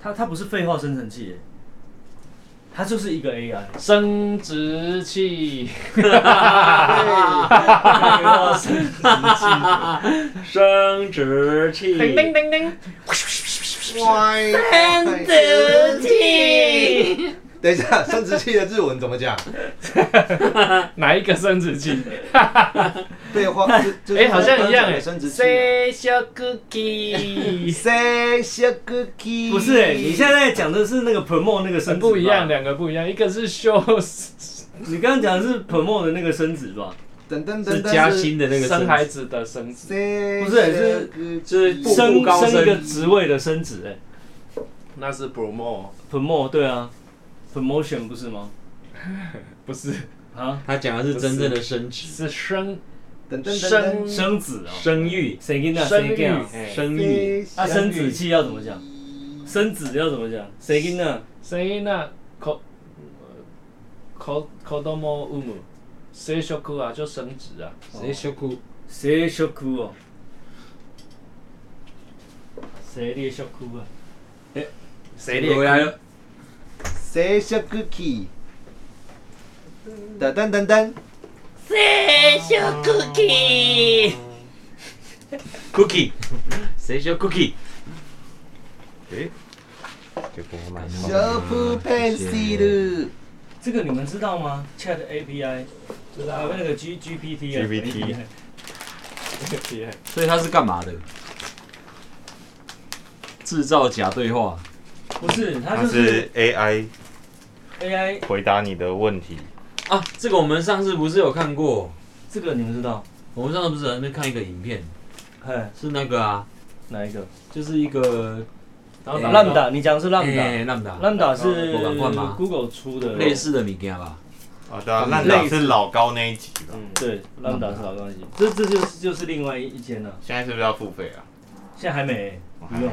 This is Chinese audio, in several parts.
它它不是废话生成器耶，它就是一个 AI。生殖器，废话生成器，生殖器，叮叮叮叮，歪生殖器，等一下，生殖器的日文怎么讲？哪一个生殖 器？废话，就就是哎，好像一样哎，生殖器啊。生小 cookie，谁小 cookie？不是哎，你现在讲的是那个 promo 那个生殖吧不一样，，两个不一样，一个是修你刚刚讲的是 promo 的那个生殖吧？等等是等等加薪的那个生孩子，子的生殖，谁不是是就是步升步高升一个升。职位的升职哎那是 promo， ，promo 对啊，promotion 不是吗？不是，啊，他讲的是真正的生殖、是生等等等生生子啊，生育、谁跟那生谁育跟啊？哎生育。啊，生子器要怎么讲？生子要怎么讲？谁跟那？生那口口口多么乌姆，生小姑啊就生殖啊，谁修哭？谁小哭哦？谁的小哭啊？谁我的？来谁小 cookie？等等等等， Special cookie， cookie，谁 修 cookie？诶，结果我买小布佩西鲁，这个你们知道吗？Chat API，知道那个 G GPT 啊 GPT 厉害所以他是干嘛的？制造假对话，不是，它它就是是 AI AI。回答你的问题。啊，这个我们上次不是有看过？这个你们知道？我们上次不是在那边看一个影片，哎，是那个啊，哪一个就是一个然后哎打不到 Lambda，你讲的是 Lambda。哎浪达 Lambda 我赶快是吗 Google 出的类，似的米给吧，哦，对啊，嗯烂类岛似是老高那一集吧？嗯，对，Lambda 是老关系。这这就是就是另外一间了，现在是不是要付费啊？现在还没哦不用。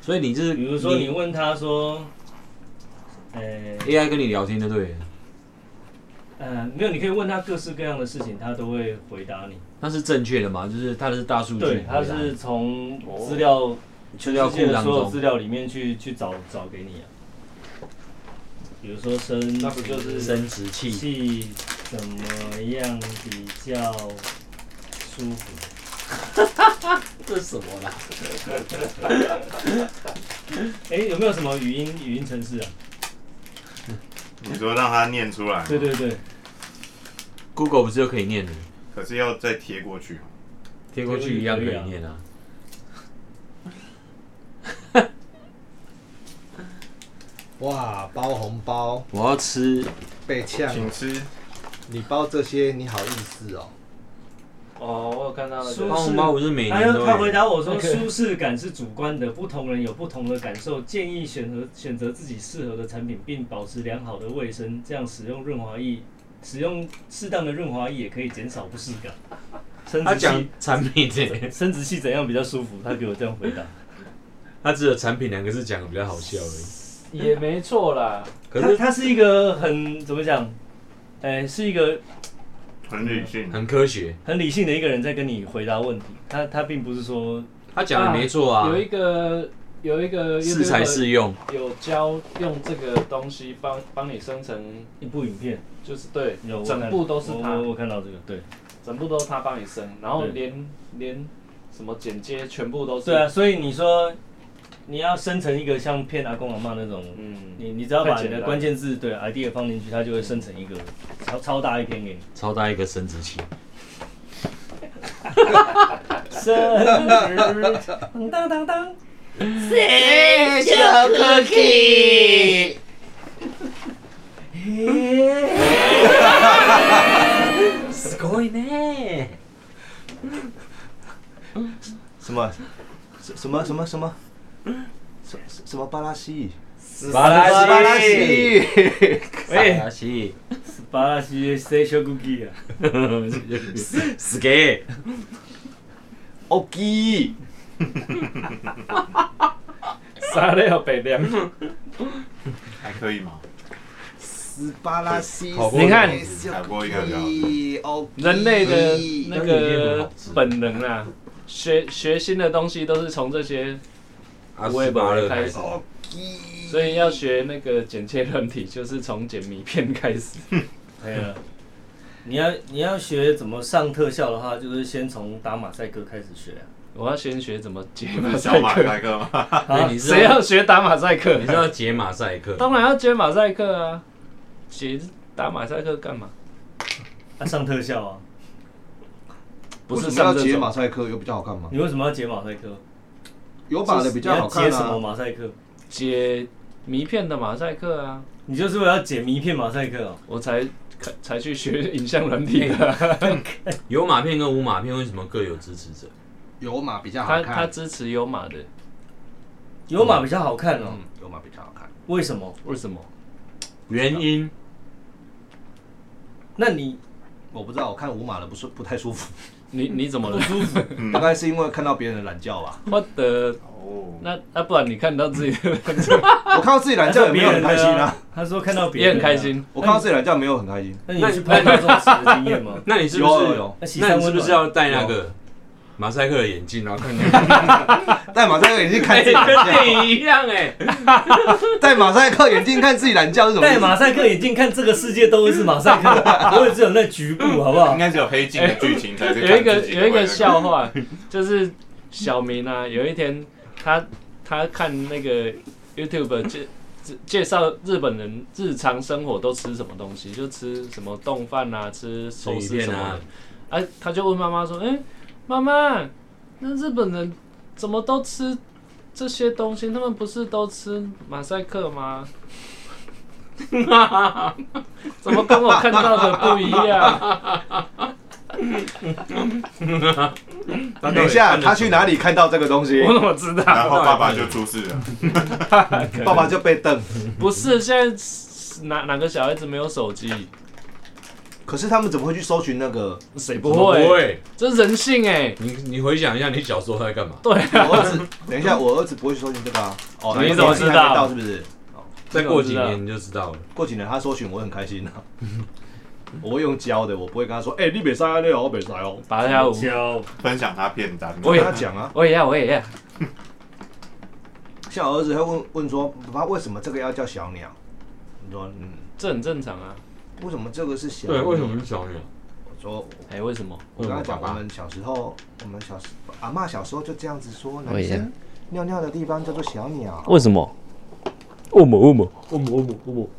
所以你就是比如说你问他说，呃 AI 跟你聊天就对了，呃，没有，你可以问他各式各样的事情，他都会回答你。那是正确的嘛？就是它是大数据回啊对，答，他是从资料资料库世界的当所有资中料里面去去找找给你啊。比如说生，那不就是生殖器，气怎么样比较舒服？这是什么啦？哎、有没有什么语音语音程式啊？你说让他念出来，对对对， Google 不是就可以念的，可是要再贴过去嘛。贴过去一样可以念啊。哇，包红包我要吃，被呛，请吃，你包这些你好意思哦？哦，我有看到那舒个包红包不是每还年有都哎他回有？答我说， OK 舒适感是主观的，不同人有不同的感受，建议选择选择自己适合的产品，并保持良好的卫生，这样使用润滑液，使用适当的润滑液也可以减少不适感。生他殖讲器，产品 的，生殖器怎样比较舒服？他给我这样回答。他只有产品两个字讲得比较好笑而已。也没错啦，可它是它是一个很怎么讲？哎、是一个很理性。很科学，很理性的一个人在跟你回答问题。他他并不是说他讲的没错啊有，一个有一个适才 YouTuber 适用。有教用这个东西帮帮你生成，一部影片就是对有，我整看部都是他我，我我看到这个对整部都是他帮你生，然后对连连什么剪接全部都是，对啊，，所以你说你要生成一个像骗阿公阿妈那种，嗯，你你只要把你太简单的了关键字对 idea 放进去，它就会生成一个超超大一 篇给你。超大一个生殖器，生日当当当，小 cookie，すごいね。什么什什么什么什么什什什么巴拉西？巴拉西，哎巴拉，西，巴拉西，巴拉西 say s h o cookie 啊， 死给， o k 啥都要被量， 还可以吗？斯巴拉西，跑过你看跑过一个个人类哎的那那个影片很个好吃本能啊，学学新的东西都是从这些啊，微十八博了开还始，所以要学那个剪切软体，就是从剪迷片开始。对了。哎你要你要学怎么上特效的话，就是先从打马赛克开始学啊。我要先学怎么 解不马是小赛马克，赛克吗？啊啊对你是谁要学打马赛克你？是要解马赛克？当然要解马赛克啊！解打马赛克干嘛？啊上特效啊，不是为什么上要这解马种，赛克又比较好看吗？你为什么要解马赛克？有把的比较好看你要解什么啊。马赛克？解迷片的马赛克啊！你就是为了要解迷片马赛克哦。我才才去学影像软体的啊、有马片跟无马片为什么各有支持者？有马比较 他好他看，支持有马的，有马比较好看哦嗯，，有马比较好看。为什么？为什么？原因？那你我不知道，我看无马的不是不太舒服， 你你怎么了？大概是因为看到别人的懒觉吧。我的嗯哦，那那不然你看到自己的我看到自己懒觉也没有很开心 啊，他说看到别也人很的啊开。心。我看到自己懒觉没有很开心。那你有去拍到这种死的经验吗 那你是不有有是有那喜那三你是温不暖是要戴那个马赛克的眼镜，然后看看？戴马赛克眼镜看自己跟懒觉，电影一样哎，戴马赛克眼镜看自己懒觉是什么意戴思？马赛克眼镜看这个世界都会是马赛克，我也只有那局部，好不好应？该只有黑镜的剧情才是哎有一看个自己的有一未个来笑 话，就是小明啊，有一天他他看那个 YouTube 介介介绍日本人日常生活都吃什么东西，就吃什么冻饭啊，吃寿司什么的。哎、他就问妈妈说：“哎、妈妈，那日本人怎么都吃这些东西？他们不是都吃马赛克吗？” 怎么跟我看到的不一样？等一下， 他去哪里看到这个东 西我？怎么知道？ 然后爸爸就出事了，爸爸就被瞪。不是，现在哪哪个小孩子没有手机？可是他们怎么会去搜寻那个？谁不不会？会。这是人性哎、啊你你回想一下，你小时候在干嘛？我儿子，等一下，我儿子不会去搜寻这个啊。哦你怎么知道还没到是不是？再过几年你就知道了。过几年他搜寻，我很开心啊。 我会用教的，我不会跟他说，哎、你别塞啊，你哦，别塞哦。八加五，教分享他片单。我我也跟他讲啊，我也要，我也要。像我儿子会问问说，爸爸为什么这个要叫小鸟？你说，嗯，这很正常啊。为什么这个是小鸟？对，为什么是小鸟？我说，哎、为什么？我跟他讲，为什么爸我爸们小时候，我们小时阿嬷小时候就这样子说，我男也生尿尿的地方叫做小鸟。为什么？恶魔，恶魔。我母我母我母，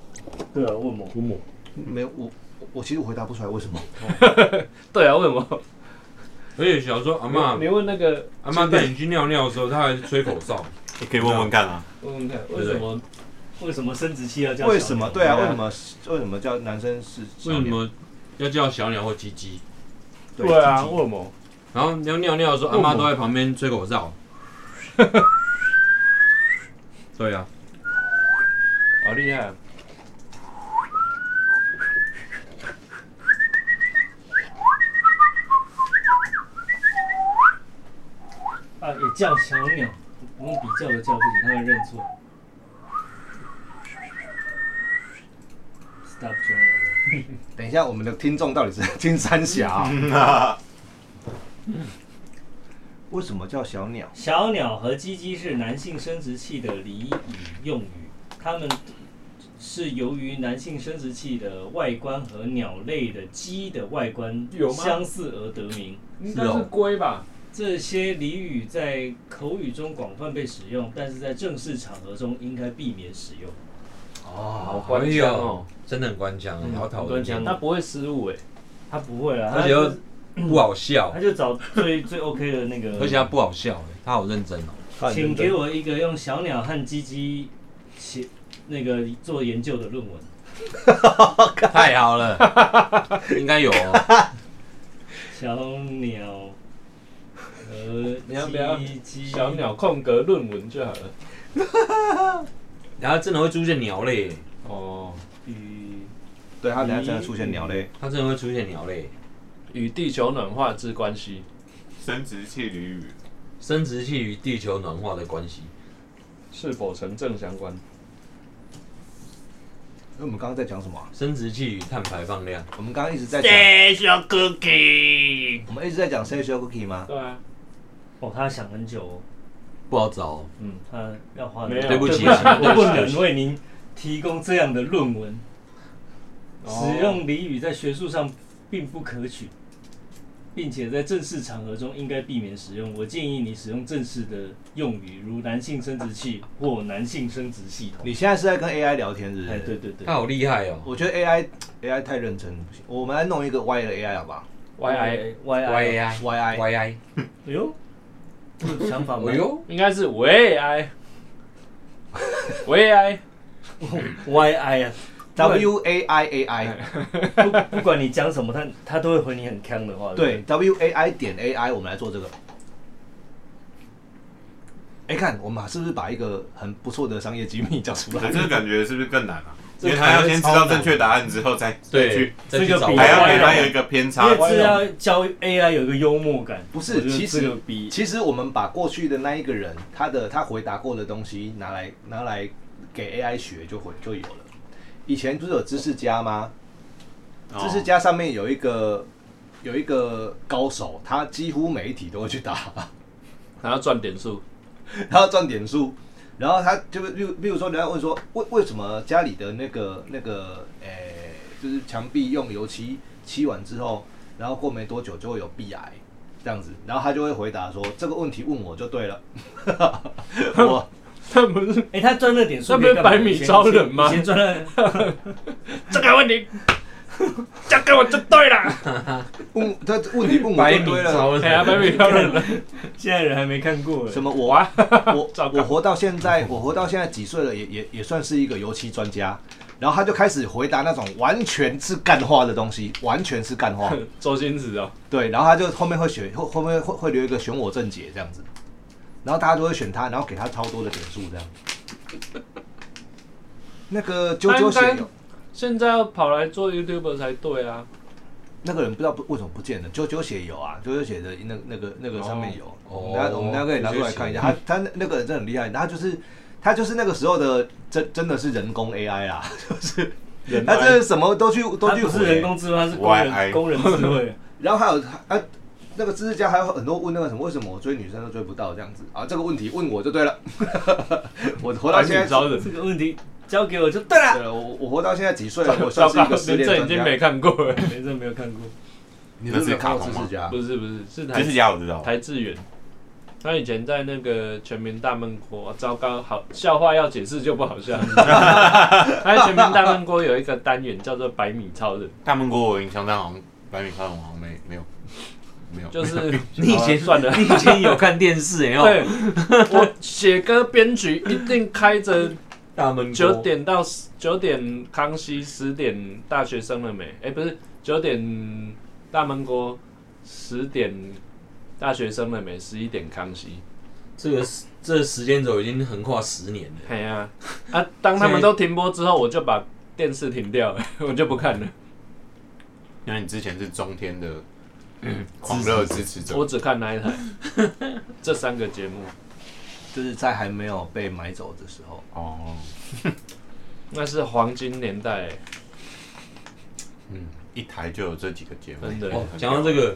对啊，我母我母，没有，我我我其实回答不出来为什么。对啊，为什么？而且小时候阿妈 你问那个阿妈带你去尿尿的时候，她还吹 口哨。你可以问问看啊，问问看，为什么为什么生殖器要叫小鸟？ 为什么？对啊，为什么？为什么叫男生是小为鸟？什么要叫小鸟或鸡鸡？对对啊，鸡鸡为什么？然后你要尿尿的时候，阿妈都在旁边吹 口哨。对啊，好厉害、啊！啊，也叫小鸟，不用比较的叫不行，他会认错。Stop joining。等一下，我们的听众到底是 听三峡啊、 为什么叫小鸟？小鸟和鸡鸡是男性生殖器的俚语用语，它们是由于男性生殖器的外观和鸟类的鸡的外观有吗相似而得名。应该是龟吧？这些俚语在口语中广泛被使用，但是在正式场合中应该避免使用。好哦官腔哦，真的很官嗯腔，好讨很官厌腔，它不会失误哎、他不会啦，而且他又不好笑他，就找最 最 OK 的那个。而且她不好笑，她好认 真哦。请给我一个用小鸟和鸡鸡写那个做研究的论文。太好了，应该有哦。小鸟和你要不要鸡鸡，小鸟空格论文就好了。 然后真的会出现鸟类，哦，与对他等一下真的出现鸟类，它真的会出现鸟类。与地球暖化之关系。生殖器俚语，生殖器与地球暖化的关系，是否呈正相关？因为我们刚刚在讲什么啊、生殖器与碳排放量，我们刚刚一直在讲，我们一直在讲 social cookie 吗？对啊，哦，他想很久哦，不好找哦，嗯，他要花没有对不起我不对不能起为您提供这样的论文。哦使用俚语在学术上并不可取，并且在正式场合中应该避免使用。我建议你使用正式的用语，如男性生殖器或男性生殖系统。你现在是在跟 AI 聊天，是不哎，是？对对对他，好厉害哦我觉得 AI AI 太认真了，不行。我们来弄一个歪的 AI 好不好 Y I Y ，Y I，啊 I 啊？YI Y I，哎呦，这个想法蛮哎呦，应该是喂 I，喂 I， Y I 啊， W A I A I 不不管你讲什么，他他都会回你很坑的话。对 W A I 点 A I，我们来做这个。哎，看我们是不是把一个很不错的商业机密 讲出来可？是感觉是不是更难啊？这因为个他要先知超道难正确答案之后再再对去，，再去这个找哎比还要歪给了他有一个偏因差为。这要教 AI 有一个幽默感。不是我觉得其实这个比其实我们把过去的那一个人，他的他回答过的东西拿来拿来给 AI 学就会就有了。以前不是有知识家吗？知识家上面有一个有一个高手，他几乎每一题都会去答，然后赚点数，他要赚点数。然后他就例如例如说，人家问说为为什么家里的那个那个诶、就是墙壁用油漆漆完之后，然后过没多久就会有壁癌这样子，然后他就会回答说这个问题问我就对了，我那不是哎，他赚那点数那可不是以干嘛，百米以前超人吗以前赚了这个问题，交给我就对了。 问他问题问我百就米对了。超哎呀，百人，米超人了，现在人还没看过什么？么我哇我糟糕我活到现 在，我活到现在几岁了，也也也算是一个油漆专家。然后他就开始回答那种完全是干话的东西，完全是干话。周星驰哦，对，然后他就后面会选，后后面会会留一个选我正解这样子，然后大家都会选他，然后给他超多的点数这样。 那个啾哦啾单鞋单有现在要跑来做 YouTuber 才对啊。那个人不知道不为什么不见了，啾啾鞋有啊，啾啾鞋的那那个那个上面有，哦我们大我们大家可以拿出来看一下，他他那那个人真的很厉害，他就是他就是那个时候的真真的是人工 AI 啦，人他真的什么都去都他去不回欸是人工智慧，他是工人 YI 工人智慧。然后还有他、啊，那个知识家还有很多问那个什么，为什么我追女生都追不到这样子啊？这个问题问我就对了。 我活到百现在米超人，这个问题交给我就对了。对了，我我活到现在几岁了？我糟算 糕，是一个失连恋这已专经家。没看过了。没这没有看过，啊你是不是没有看过那是卡通知吗识家？不是不是，是台知识家我知道，台志远，他以前在那个《全民大闷锅》，糟糕，好笑话要解释就不好 笑。他在《全民大闷锅》有一个单元叫做“百米超人大闷锅我印象当中好像白米饭我好像没没有没”，有， 就是你以前算了。你 以前有看电视没有？啊 对，我写歌编曲一定开着大门锅九点到九点康熙，十点大学生了没？哎、不是九点大闷锅，十点大学生了没？十一点康熙。这个时这个时间轴已经横跨十年了。哎呀、啊，当他们都停播之后，我就把电视停掉 了，我就不看了，因为你之前是中天的狂热支持者我，只看那一台，这三个节目。就是在还没有被买走的时候，哦，那是黄金年代、欸，嗯，一台就有这几个节目，真的很哦屌，讲到这个，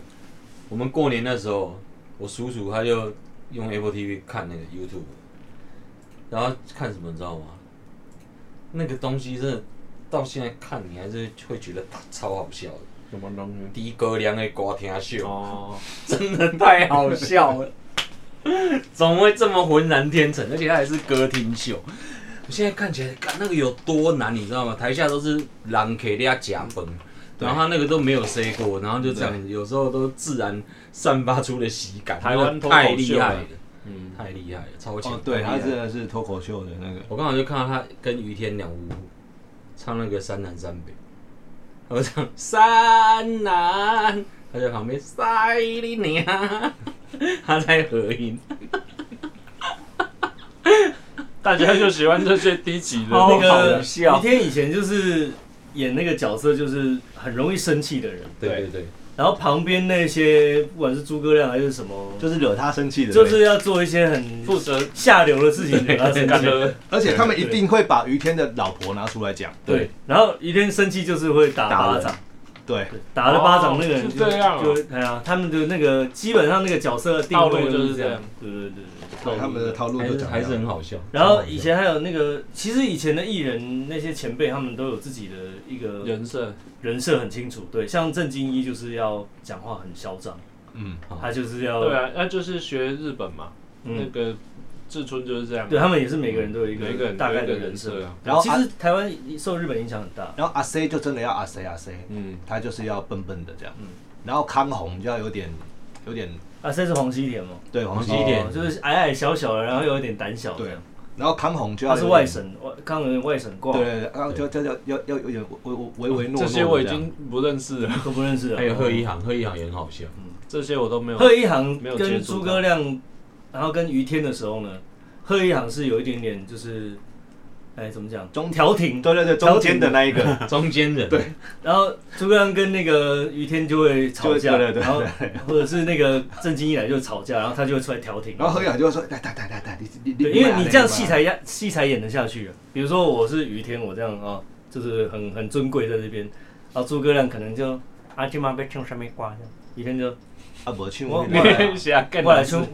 我们过年那时候，我叔叔他就用 Apple TV 看那个 YouTube，然后看什么你知道吗？那个东西真的到现在看你还是会觉得超好笑的，什么东西？低歌梁的歌听秀，哦，真的太好笑了，怎么会这么浑然天成？而且它还是歌厅秀。我现在看起来，干那个有多难，你知道吗？台下都是狼 K 利亚假崩，然后他那个都没有 say 过，然后就这样，有时候都自然散发出的喜感，台湾脱口秀啊太厉害了，嗯，太厉害了，超强、哦，对，太他厉害真的是脱口秀的那个。我刚好就看到他跟于天两屋唱那个《山南山北》，他就唱山南，他在旁边塞你娘，他在合音，大家就喜欢这些低级的。那个好笑于天以前就是演那个角色，就是很容易生气的人，对对对，然后旁边那些不管是诸葛亮还是什么，就是惹他生气的，就是，要做一些很负责下流的事情惹他生干气。的而且他们一定会把于天的老婆拿出来讲，对，然后于天生气就是会打打巴人掌，对，对打了巴掌那个哦人是就这样哦就哎呀，他们的那个基本上那个角色定道位路就就是是这这样样，对对对对。对他们的套路还都是讲还是很好笑。然后以前还有那个，其实以前的艺人那些前辈，他们都有自己的一个人设，人设很清楚。对，像郑敬一就是要讲话很嚣张，嗯，哦他就是要对啊，那就是学日本嘛，那嗯，个志春就是这样，对他们也是每个人都有一每一个个人大概都的有一个人人设设啊。然然后后其实台湾受日本影响很大，然后阿 C 就真的要阿 C 阿 C，嗯，他就是要笨笨的这样嗯。然后康宏就要有点有点啊，这是黄西田嘛，对黄西西点，点哦就是矮矮小小的，然后又有点胆小，对，然后康宏就要他有是点外，省外，康有点外省挂，对对对，然后就就就要要有点唯唯唯唯诺诺这的些我已这样经不认识了，都不认识的。哦还有贺一航，贺一航也很好笑。这些我都没有。 贺一航没有接跟触到诸葛亮，然后跟于天的时候呢，贺一航是有一点点就是，哎，怎么讲？中调停。对对对中间的那一个，中间人，对，然后诸葛亮跟那个于天就会吵架，就对对对然后或者是那个郑经一来就吵架，然后他就会出来调停。然后何雅就会说来来来来来，你你你对，因为你这样戏才。才演戏才演得下去啊。比如说我是于天，我这样啊，就是很很尊贵在这边，然后诸葛亮可能就啊，今晚被唱什么瓜这样，于天就啊，无唱我我我来下更我来难唱吃，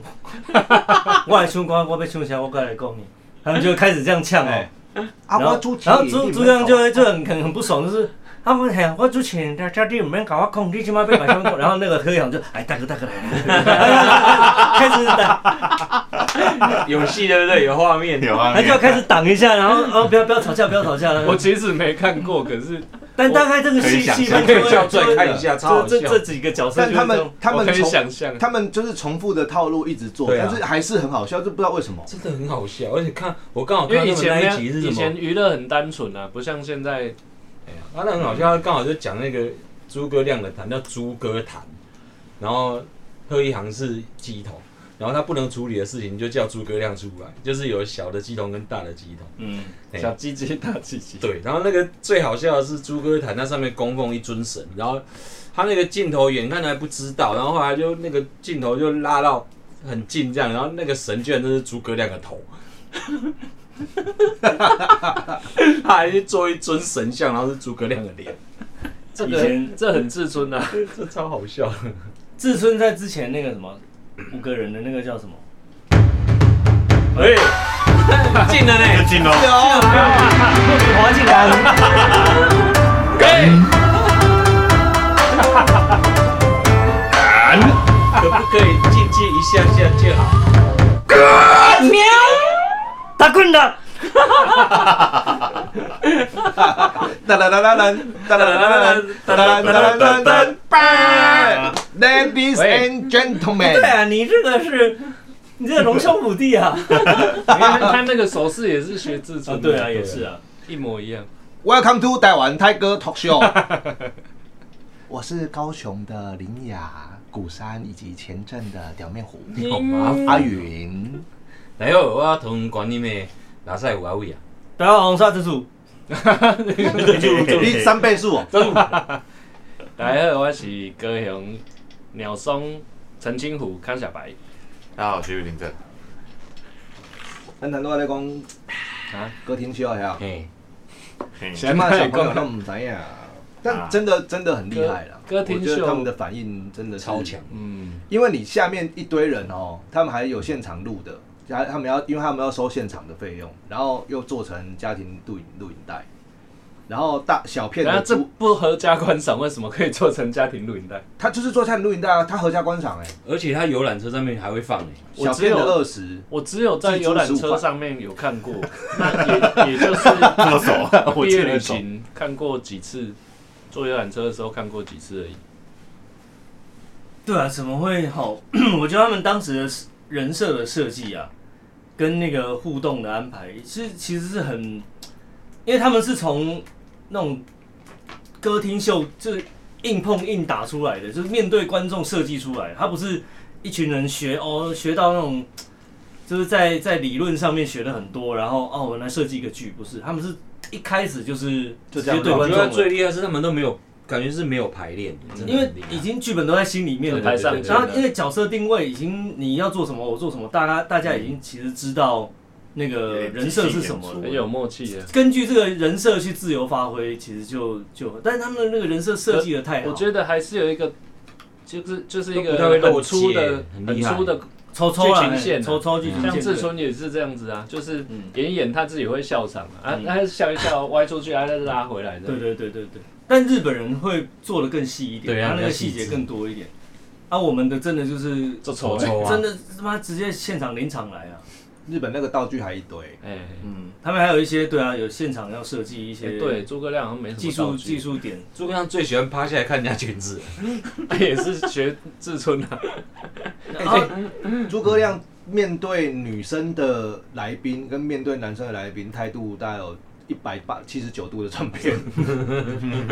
我来唱歌，我被唱啥，我过来讲你，他们就开始这样呛哦哎。啊，然后我主持然后人，朱你朱们亮就搞会就很很很不爽，就是他们嘿，啊我主持人，他家里唔免搞我控， 你起码被搞上过。然后那个柯阳就哎大哥大哥来来，来开始打，有戏对不对？有画面， 有啊，他就要开始挡一下，然后哦不要不要吵架，不要吵架。 我其实没看过，可是但大概这个戏戏份就可以会叫就出来会看一下，这超好这笑。这几个角色但就他是这们样，他我们可以重想象，他们就是重复的套路一直做，对啊但是还是很好笑，就不知道为什么。真的很好笑，而且看我刚好因看为以他们那前一呢，集是以什前么？娱乐很单纯啊，不像现在哎呀，啊，那很好笑，他刚好就讲那个诸葛亮的坛叫诸葛坛，然后贺一航是鸡头，然后他不能处理的事情就叫诸葛亮出来，就是有小的鸡头跟大的鸡头。嗯，哎小鸡鸡大鸡鸡。对，然后那个最好笑的是朱哥坛，那上面供奉一尊神，然后他那个镜头远看还不知道，然后后来就那个镜头就拉到很近这样，然后那个神居然就是诸葛亮的头， 他还去做一尊神像，然后是诸葛亮的脸，这以前个这很自尊啊，这超好笑 的。志春在之前那个什么五个人的那个叫什么？哎、 进了呢，进哦，滑进来了。哎可不可以进去一下下就好？打滚了！哒啦啦啦啦，哒啦啦啦啦，哒啦啦啦啦啦啦，Ladies 对 and gentlemen，啊，你这个是，你这个龙兄虎弟 啊！因为他那个手势也是学自尊啊，的，对啊，也是啊。一模一样。 Welcome to 台湾泰哥 Talk Show。我是高雄的林雅、鼓山以及前镇的表面虎好麻阿烦。云。来哦，我同管理妹拉塞有阿伟啊，大家好，我是阿紫 薯。 你三倍数哦，大家好，我是高雄鸟松陈清湖康小白大家好，我是林正。咱谈到咧讲啊，歌厅需要遐，嘿，起码小朋友都唔知影，啊但真的真的很厉害啦。歌歌厅秀我觉得他们的反应真的是超强。嗯，因为你下面一堆人哦，他们还有现场录的，他他们要，因为他们要收现场的费用，然后又做成家庭录影录影带，然后大小片然的后这租，不合家观赏，为什么可以做成家庭录影带？他就是做家庭录影带啊，他合家观赏哎、而且他游览车上面还会放哎、我小只片有的二十，我只有在游览自助车15块上面有看 过，那也也就是握手，我毕记业得旅手。行看过几次，坐游览车的时候看过几次而已。对啊，怎么会好？ 我觉得他们当时的人设的设计啊，跟那个互动的安排，是其实是很，因为他们是从那种歌厅秀就是硬碰硬打出来的，就是面对观众设计出来，他不是一群人学哦学到那种。就是在在理论上面学了很多，然后哦，我们来设计一个剧，不是？他们是一开始就是就直这接样对弄我观觉众得了，最厉害是他们都没有，感觉是没有排练，真的因为很厉害 已经剧本都在心里面了，对对对对然后因为角色定位已经你要做什么，我做什么，大家大家已经其实知道那个人设是什么有点即兴演出了很。有默契啊！根据这个人设去自由发挥，其实就就，但是他们的那个人设设计的太好，我觉得还是有一个，就是就是一啊都不太会个露很粗的怯、很很厉害粗的抽抽剧情了线，啊抽抽剧情像线，志春也是这样子啊，就是嗯演一演他自己会笑场啊，啊嗯他笑一笑歪出去，他再拉回来的。对对对对对。但日本人会做的更细一点，对啊他那比较个细细致节更多一点。啊，我们的真的就是做丑做丑哇真的他妈直接现场临场来啊！日本那个道具还一堆，哎，嗯，他们还有一些对啊，有现场要设计一些哎对，诸葛亮好像没什么技术道具技，术点，诸葛亮最喜欢趴下来看人家裙子，他 也是学志 春啊。然后哎诸葛亮面对女生的来宾跟面对男生的来宾态度大概有一百八七十九度的转变，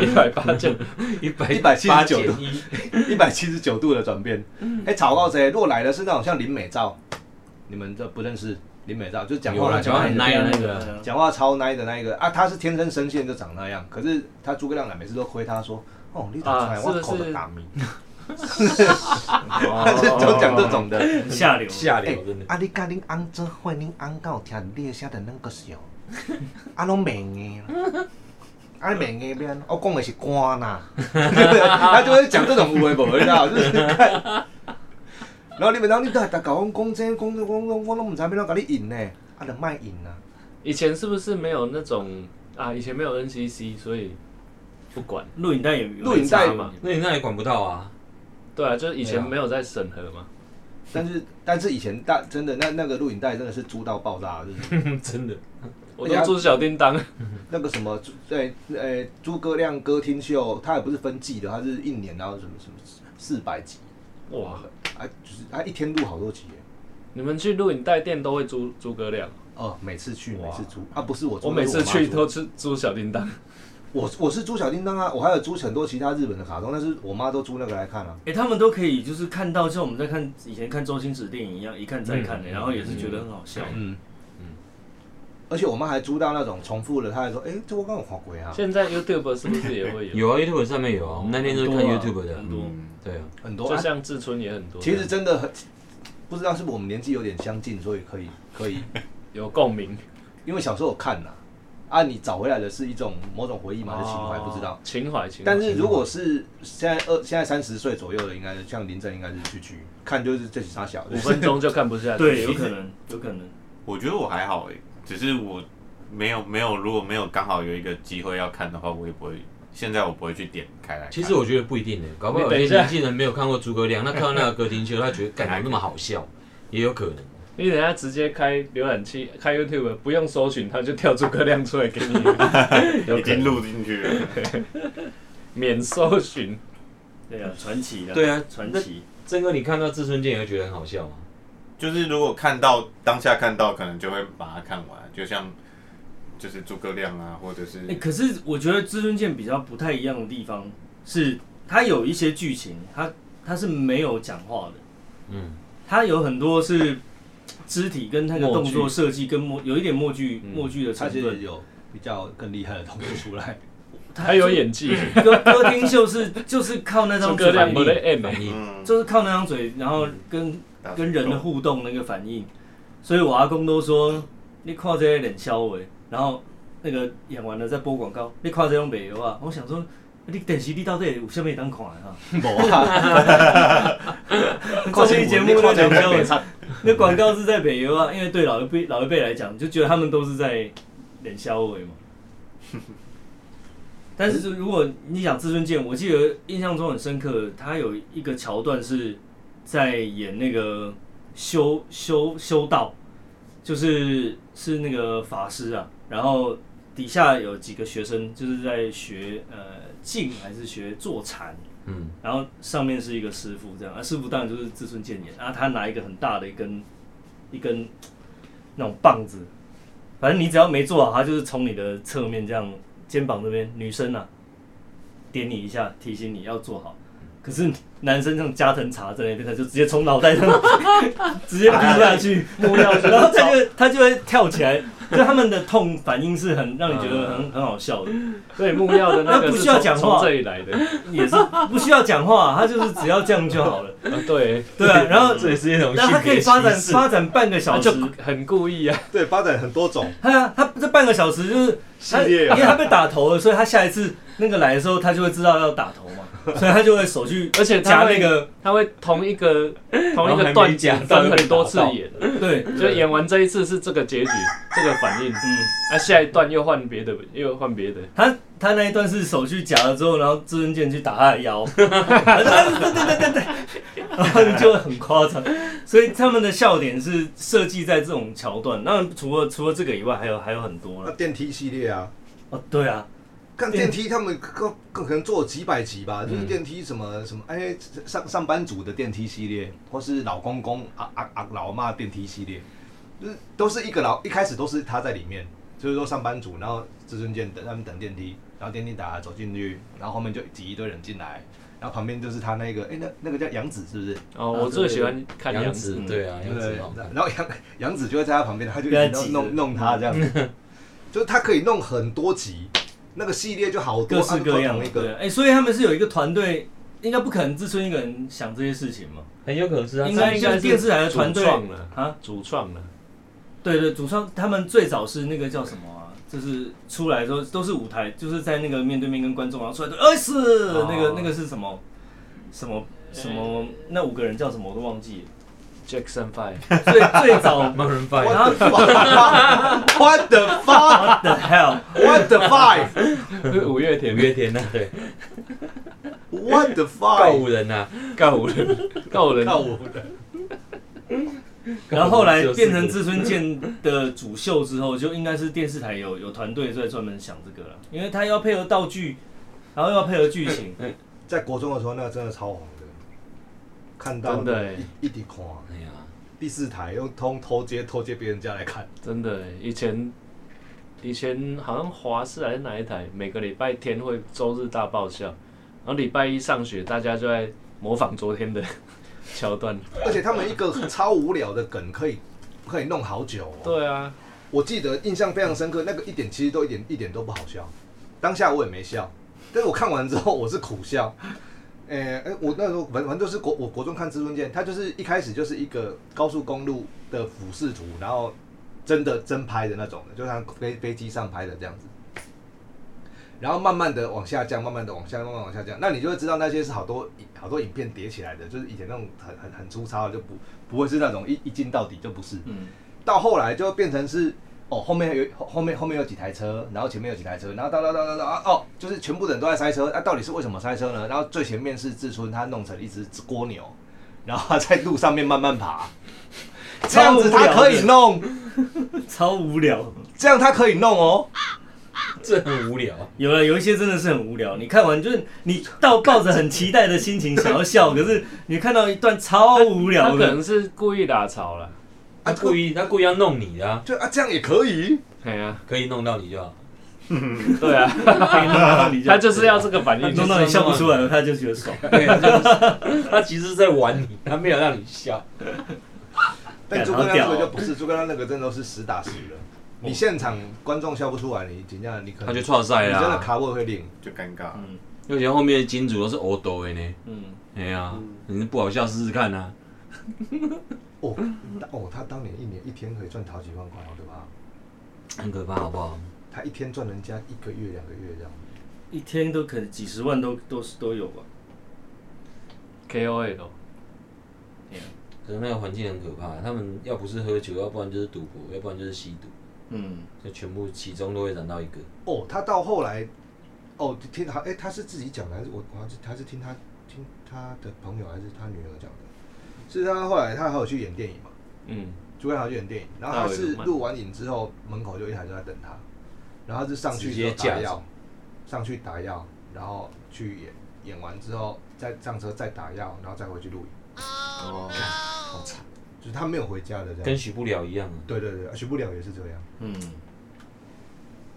一百八九，一百179减度一，一百七十九度的转变。哎，草稿谁？如果来的是那种像林美照，你们这不认识林美照，就讲有话啦讲话很耐。耐的那对个啊啊，讲话超 nice 的那一个啊，他是天生声线就长那样，可是他诸葛亮每次都亏他说，哦，你打出来啊我是不口是的打米，哦他是 总讲这种的。很下流。下哎流真的。啊，你甲恁翁做伙，恁翁敢有听你的写的那个笑？啊，拢袂硬，啊袂硬变，我讲的是官呐， 他就会讲这种有的无的啦，就是 看。然后你们，然后你都还搞我讲这讲这，我我我拢唔知要怎甲你引呢，啊，就卖引啦。 以前是不是没有那种啊？以前没有 NCC，所以不管。录影带也有录影有带差嘛，那你那也管不到啊，对啊，就是以前没有没有在审核嘛。但是但是以前大真的那那个录影带真的是租到爆炸，就是 真的。我都住小叮当，那个什么，对，呃，诸葛亮歌厅秀，它也不是分季的，它是一年，然后什么什么四百集，哇！啊，就是它一天录好多集耶。你们去录影带店都会租诸葛亮，哦，每次去哇每次租啊，不是我租，我每次去那是我都妈租去租小叮当。我我是租小叮当啊，我还有租很多其他日本的卡通，但是我妈都租那个来看啊。哎、他们都可以就是看到像我们在看以前看周星驰电影一样，一看再看的、然后也是觉得很好笑。嗯嗯，而且我妈还租到那种重复的，她还说，哎，这我刚有看过啊，现在 YouTube 是不是也 会有？有啊，YouTube 上面有啊，我们那天就是看 YouTube 的很，多对啊，很多就啊。像志春也很多，其实真的很，不知道是不是我们年纪有点相近，所以可以可以有共鸣，因为小时候有看呐、啊，你找回来的是一种某种回忆嘛，还是情怀哦不知道。情怀情怀。但是如果是现在二现在三十岁左右的，应该像林正应该是去去看，就是这是傻小五分钟就看不下去，对，有可能，有可能。我觉得我还好哎、只是我没有没有，如果没有刚好有一个机会要看的话，我也不会。现在我不会去点开来看。其实我觉得不一定呢，搞不好你等一有下些年轻人没有看过诸葛亮，那 看到那个歌厅秀，他觉得感觉那么好笑，也有可能。你等一下直接开浏览器，开 YouTube，不用搜寻，它就跳诸葛亮出来给 你，有已可经能录进去了。免搜 寻。对啊，传奇的。对啊传那奇。郑哥，你看到志村健也会觉得很好笑吗？就是如果看到当下看到，可能就会把它看完，就像就是诸葛亮啊，或者是哎、可是我觉得《至尊剑》比较不太一样的地方是，它有一些剧情，它它是没有讲话的，嗯，它有很多是肢体跟那个默动剧作设计跟默有一点默剧默剧的他成其分实。有比较更厉害的东西出 来。他有演技，歌 歌厅秀是就是靠那诸张葛嘴，亮不得 M，满意。嗯，就是靠那张嘴，然后跟跟人的互动那个反应，所以我阿公都说你看这些冷笑话，然后那个演完了再播广告，你看这种北游啊，我想说。你电视你到底有啥物当看的啊？ 无啊， 综艺节目那看冷笑没啊话，啊那广告是在北游啊，因为对老一辈老一辈来讲，就觉得他们都是在冷笑话嘛。 但是如果你想《至尊剑》，我记得印象中很深刻，他有一个桥段是在演那个修修修道，就是是那个法师啊，然后底下有几个学生就是在学呃静还是学坐禅，嗯，然后上面是一个师傅这样，啊师傅当然就是自尊剑眼，啊他拿一个很大的一根一根那种棒子，反正你只要没做好，他就是从你的侧面这样肩膀这边，女生啊点你一下，提醒你要做好。可是男生像加藤茶在那边，他就直接从脑袋上 直接劈下去，然后他就他就会跳起来，就他们的痛反应是很让你觉得很很好笑的。所以木曜的那个 那不是需要从讲话从这里 来的。也是不需要讲话，他就是只要这样就好了。啊对， 对 啊，然后这也是一种但他性可以别歧发展视。发展半个他小时就，很故意啊，对，发展很多种，他他这半个小时就是系他因列为啊，他被打头了，所以他下一次那个来的时候，他就会知道要打头嘛，所以他就会手去而且夹他会那个他会同一 个同一然后还个没段子讲分很多次到演，对，嗯就演完这一次是这个结局，这个反应，嗯，那下一段又换别的，又换别的，他他那一段是手去夹了之后，然后至尊剑去打他的腰， 对对对对对，然后就很夸张，所以他们的笑点是设计在这种桥段。那除了除了这个以外，还有还有很多那了。电梯系列啊，哦，对啊，看电电嗯梯，他们可可能做了几百集吧，就是电梯什么什么，哎，上上班族的电梯系列，或是老公公啊啊啊老妈电梯系列，就是都是一个老一开始都是他在里面，就是说上班族，然后至尊剑等他们等电梯，然后电梯打走进去，然后后面就挤一堆人进来，然后旁边就是他那个哎、那那个叫杨子是不是？啊哦，我最喜欢看杨嗯杨紫紫，，对啊，杨紫对好看，然后 杨杨子就会在他旁边，他就一跟直他挤嗯弄弄弄他这样子， 就是他可以弄很多集，那个系列就好多各式各样他的。就做同一对 个啊，哎、所以他们是有一个团队，应该不可能自尊一个人想这些事情嘛。很有可能是啊他应该这像电视台的团队主创了啊，主创了，对对，主创他们最早是那个叫什么啊？就是出来的时候都是舞台，就是在那个面对面跟观众，然后出来就，呃、是、那个那个是什么什么什么？那五个人叫什么我都忘记了。 Jackson Five，最最早盲 人饭，然后 What the fuck? What the hell？ What the five? 五月五天月天呐，对， What the 告 five? 五人啊呐，告五人， 告人，告我的 然后后来变成志村健的主秀之后，就应该是电视台有有团队在专门想这个了，因为他要配合道具，然后又要配合剧 情。在国中的时候，那个真的超红的，看到真的欸一一滴看。哎呀，第四台用偷偷接偷接别人家来看，真的以前。以前好像华视还是哪一台，每个礼拜天会周日大爆笑，然后礼拜一上学，大家就在模仿昨天的 桥段。而且他们一个超无聊的梗可以可以弄好久、哦。对啊，我记得印象非常深刻，那个一点其实都一点一点都不好笑，当下我也没笑，但是我看完之后我是苦笑。诶、诶、我那时候反反正就是国我国中看《至尊剑》，它就是一开始就是一个高速公路的俯视图，然后真的真拍的那种的，就像飞飞机上拍的这样子。然后慢慢的往下降，慢慢的往下，慢慢地往下降，那你就会知道那些是好多影好多影片叠起来的，就是以前那种很很很粗糙的，就不不会是那种一一镜到底就不是。嗯，到后来就变成是哦，后面有后面后面有几台车，然后前面有几台车，然后到到到到到啊哦，就是全部人都在塞车，那、啊到底是为什么塞车呢？然后最前面是志村，他弄成一只蜗牛，然后他在路上面慢慢爬，这样子他可以弄，超无聊。这样他可以弄哦。这很无聊，啊有了，有一些真的是很无聊。你看完就是你到抱着很期待的心情想要笑，可是你看到一段超无他聊可的，能是故意打草了。他故意他故意要弄你的啊，就啊这样也 可以，哎呀、可以弄到你就好，对 啊，你他就是要这个 反应，弄到你笑不出来了，他就觉得 爽。对，他就是他其实是在玩你，他没有让你笑，但干诸葛好亮那屌个哦就不是，诸葛亮那个真的都是实打实的。你现场观众笑不出来，你怎样？你可能他就创赛啊啊你真的啦，卡位会领。就尴尬。嗯而且后面的金主都是欧斗的呢，嗯，哎呀，你不好笑试试看啊，嗯哦哦，他当年一年一天可以赚好几万块，好可怕！很可怕好不好？他一天赚人家一个月、两个月这样。 一天都可能几十万都都是都有吧。 KOL，可是那个环境很可怕，他们要不是喝酒，要不然就是赌博，要不然就是吸毒，嗯，就全部其中都会染到一个。哦，他到后来，哦，听他，哎、他是自己讲的，还是我，我还是还是听他听他的朋友还是他女儿讲的？是他后来他还有去演电影嘛？嗯，朱冠豪去演电影，然后他是录完影之后，门口就一台车在等他，然后他是上去直接就打架药，上去打药，然后去演，演完之后再上车再打药，然后再回去录影，哦，好惨，就是他没有回家的这跟样。许不了一样啊。对对对，许不了也是这样，嗯，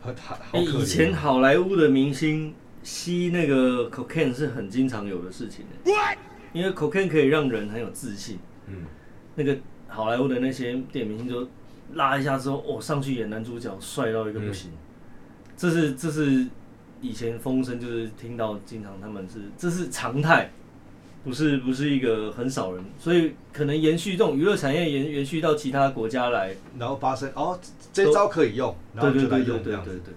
和他好可哎怜哦。以前好莱坞的明星吸那个 cocaine 是很经常有的事情的，因为 cocaine 可以让人很有自信。嗯，那个好莱坞的那些电影明星就拉一下之后，哦，上去演男主角，帅到一个不行。嗯这是这是以前风声，就是听到经常他们是这是常态，不是不是一个很少人，所以可能延续这种娱乐产业延延续到其他国家来。然后发生哦，这这招可以用，然后对就对对来对用这对样对子。对，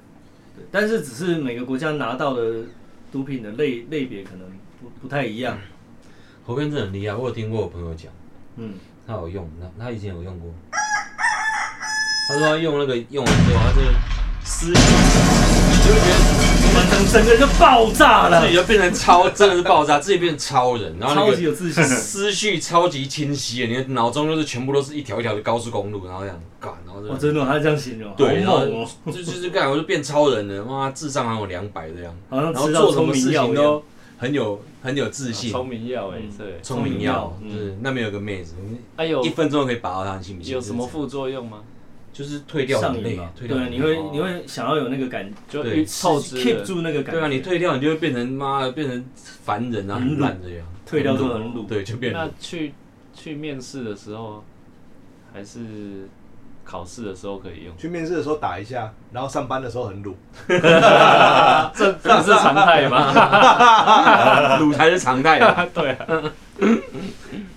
对，但是只是每个国家拿到的毒品的类类别可能不不太一样。喉片真的很厉害，我有听过我朋友讲，嗯，他有用，他他以前有用过。他说他用那个用完之后，他就思想，你就会觉得我们嗯整整个人就爆炸了自己，就变成超，真的是爆炸，自己变成超人，然后超那级个有自信。 思绪超级清晰的，你的脑中就是全部都是一条一条的高速公路，然后这样干，然后这我样真的，哦他这样形容，对，然好后猛哦，就就就干，我就变超人了，妈智商还有两百这样，好像然后吃到做什聪么明事药情一样。都很有很有自信，聪明药哎，对，聪明药，啊聪明药嗯就是那边有个妹子，哎有一分钟可以拔到她，你信不信？有什么副作用吗？就是退掉上很瘾累吧，，退掉哦对，啊很累你会你会想要有那个感，就对一透支 keep 住那个感觉。对啊，你退掉你就会变成妈的变成凡人啊，很很鲁烂这样，退掉之后很鲁 对，就变那成去去面试的时候，还是考试的时候可以用，去面试的时候打一下，然后上班的时候很鲁。啊这这不是常态 吗？鲁才是常态啊。 对啊，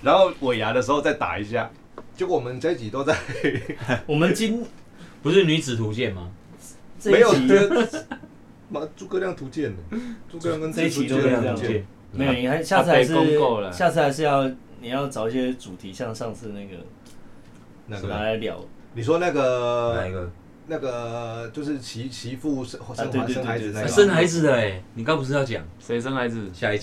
然后尾牙的时候再打一下。结果我们这一集都在我们 今不是女子图鉴吗？这没有一集这个， 妈诸葛亮图鉴 呢？诸葛亮跟这一集就诸葛是亮啊这样图鉴，没有，你还下次还是他被公告了下次还是要你要找一些主题，像上次那个那拿个来聊，你说那哪一个个？那个就是媳媳妇生生对对完对生孩对子对那个对欸生孩子的哎，你刚不是要讲谁生孩子？下一